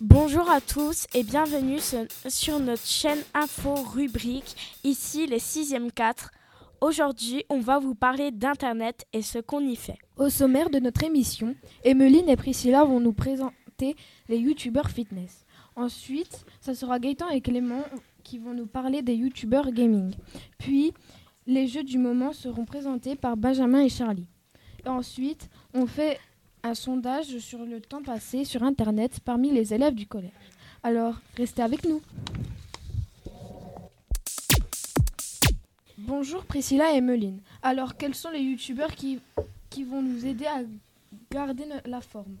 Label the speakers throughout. Speaker 1: Bonjour à tous et bienvenue sur- sur notre chaîne Info Rubrique, ici les 6e 4. Aujourd'hui, on va vous parler d'Internet et ce qu'on y fait.
Speaker 2: Au sommaire de notre émission, Emeline et Priscilla vont nous présenter les youtubeurs fitness. Ensuite, ça sera Gaëtan et Clément qui vont nous parler des youtubeurs gaming. Puis, les jeux du moment seront présentés par Benjamin et Charlie. Et ensuite, on fait un sondage sur le temps passé sur Internet parmi les élèves du collège. Alors, restez avec nous. Bonjour Priscilla et Emeline. Alors, quels sont les youtubeurs qui qui vont nous aider à garder no- la forme.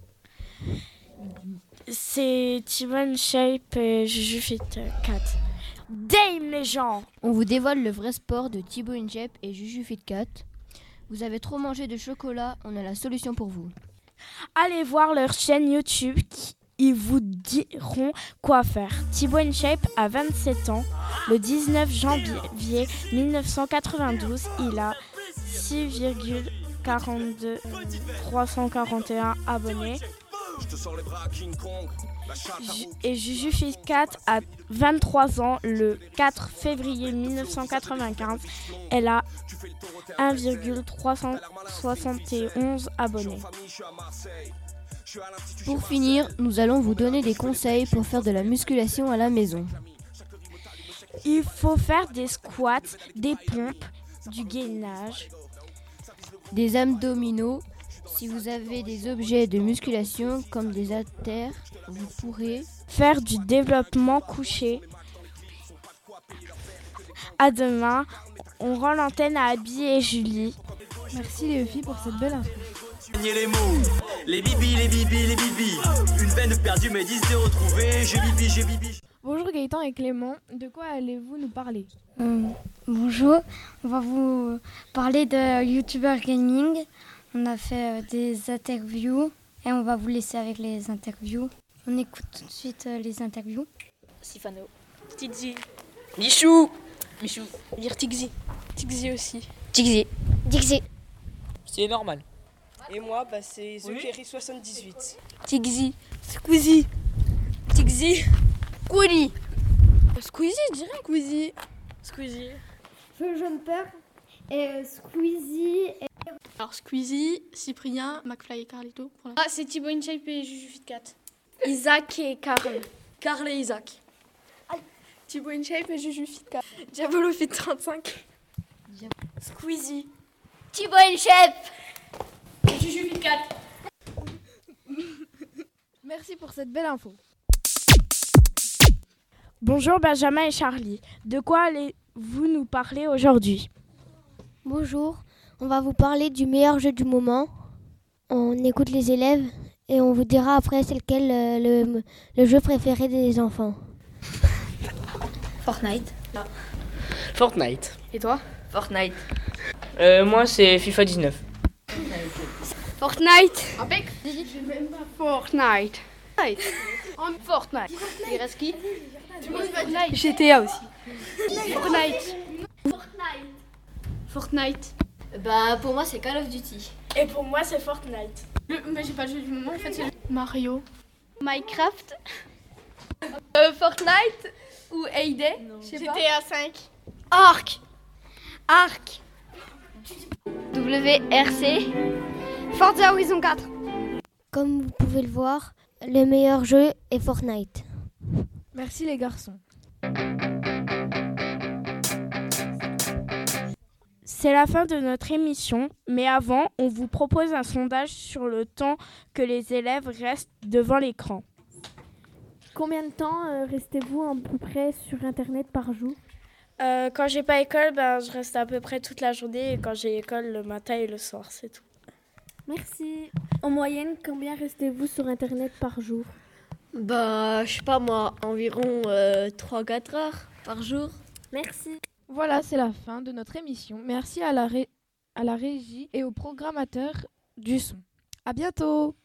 Speaker 1: C'est Timon Shape et Jujufit 4. Dame les gens
Speaker 3: On vous dévoile le vrai sport de Thibaut Injep et Juju Fitcat. Vous avez trop mangé de chocolat, on a la solution pour vous.
Speaker 1: Allez voir leur chaîne YouTube, qui- ils vous diront quoi faire. Thibaut Shape a 27 ans. Le 19 janvier 1992, il a 6,42 341 abonnés. Ju- Et Juju Fiscat a 23 ans. Le 4 février 1995, elle a 1,371 abonnés.
Speaker 3: Pour finir, nous allons vous donner des conseils pour faire de la musculation à la maison.
Speaker 1: Il faut faire des squats, des pompes, du gainage.
Speaker 3: Des abdominaux, si vous avez des objets de musculation comme des haltères, vous pourrez.
Speaker 1: faire du développement couché. À demain, on rend l'antenne à Abby et Julie.
Speaker 2: Merci les filles pour cette belle info.
Speaker 4: Gagner les mots, les bibis, les bibis, les bibis. Une peine de perdu, mais 10 de retrouvé. J'ai bibi, j'ai bibi.
Speaker 2: Bonjour Gaëtan et Clément, de quoi allez-vous nous parler
Speaker 5: Euh, bonjour, on va vous parler de YouTuber Gaming. On a fait euh, des interviews et on va vous laisser avec les interviews. On écoute tout de suite euh, les interviews.
Speaker 6: Sifano.
Speaker 7: Tizzy.
Speaker 6: Michou Michou.
Speaker 7: Virtixi. Tixi aussi.
Speaker 6: Tixi.
Speaker 5: Dixie.
Speaker 6: C'est normal. Et moi, bah, c'est Zuccheri78.
Speaker 7: Tixi. Squeezie. Tixi. Quilly. Squeezie, je dirais. Squeezie. Squeezie.
Speaker 5: Feu Jumper et euh, Squeezie.
Speaker 7: Alors Squeezie, Cyprien, McFly et Carlito. Ah, c'est Thibaut InShape et Juju Fitcat. Isaac et Karl. Karl et Isaac. Thibaut InShape et Juju Fitcat. Diabolo Fit 35. Squeezie.
Speaker 5: Thibaut Chef.
Speaker 7: Juju Fitcat.
Speaker 2: Merci pour cette belle info.
Speaker 1: Bonjour Benjamin et Charlie. De quoi allez-vous nous parler aujourd'hui
Speaker 8: Bonjour, on va vous parler du meilleur jeu du moment. On écoute les élèves et on vous dira après c'est lequel euh, le, le jeu préféré des enfants.
Speaker 3: Fortnite.
Speaker 9: Fortnite.
Speaker 7: Et toi
Speaker 3: Fortnite.
Speaker 9: Euh, moi, c'est FIFA 19.
Speaker 7: Fortnite. Fortnite. Fortnite. Il reste qui GTA aussi. Fortnite. Fortnite. Fortnite.
Speaker 3: Bah pour moi c'est Call of Duty.
Speaker 1: Et pour moi, c'est Fortnite.
Speaker 7: mais j'ai pas le jeu du moment, en fait, Mario.
Speaker 3: Minecraft.
Speaker 7: Euh, Fortnite ou Heyday GTA 5.
Speaker 3: Arc. Arc. WRC. Forza Horizon 4.
Speaker 8: Comme vous pouvez le voir, le meilleur jeu est Fortnite.
Speaker 2: Merci les garçons.
Speaker 1: C'est la fin de notre émission, mais avant, on vous propose un sondage sur le temps que les élèves restent devant l'écran.
Speaker 10: Combien de temps euh, restez-vous à peu près sur Internet par jour
Speaker 1: Euh, quand j'ai pas école, ben, je reste à peu près toute la journée. Et quand j'ai école, le matin et le soir, c'est tout.
Speaker 10: Merci. En moyenne, combien restez-vous sur Internet par jour
Speaker 7: Bah, je sais pas moi, environ 3-4 heures par jour.
Speaker 10: Merci.
Speaker 2: Voilà, c'est la fin de notre émission. Merci à la, ré- à la régie et au programmateur du son. À bientôt.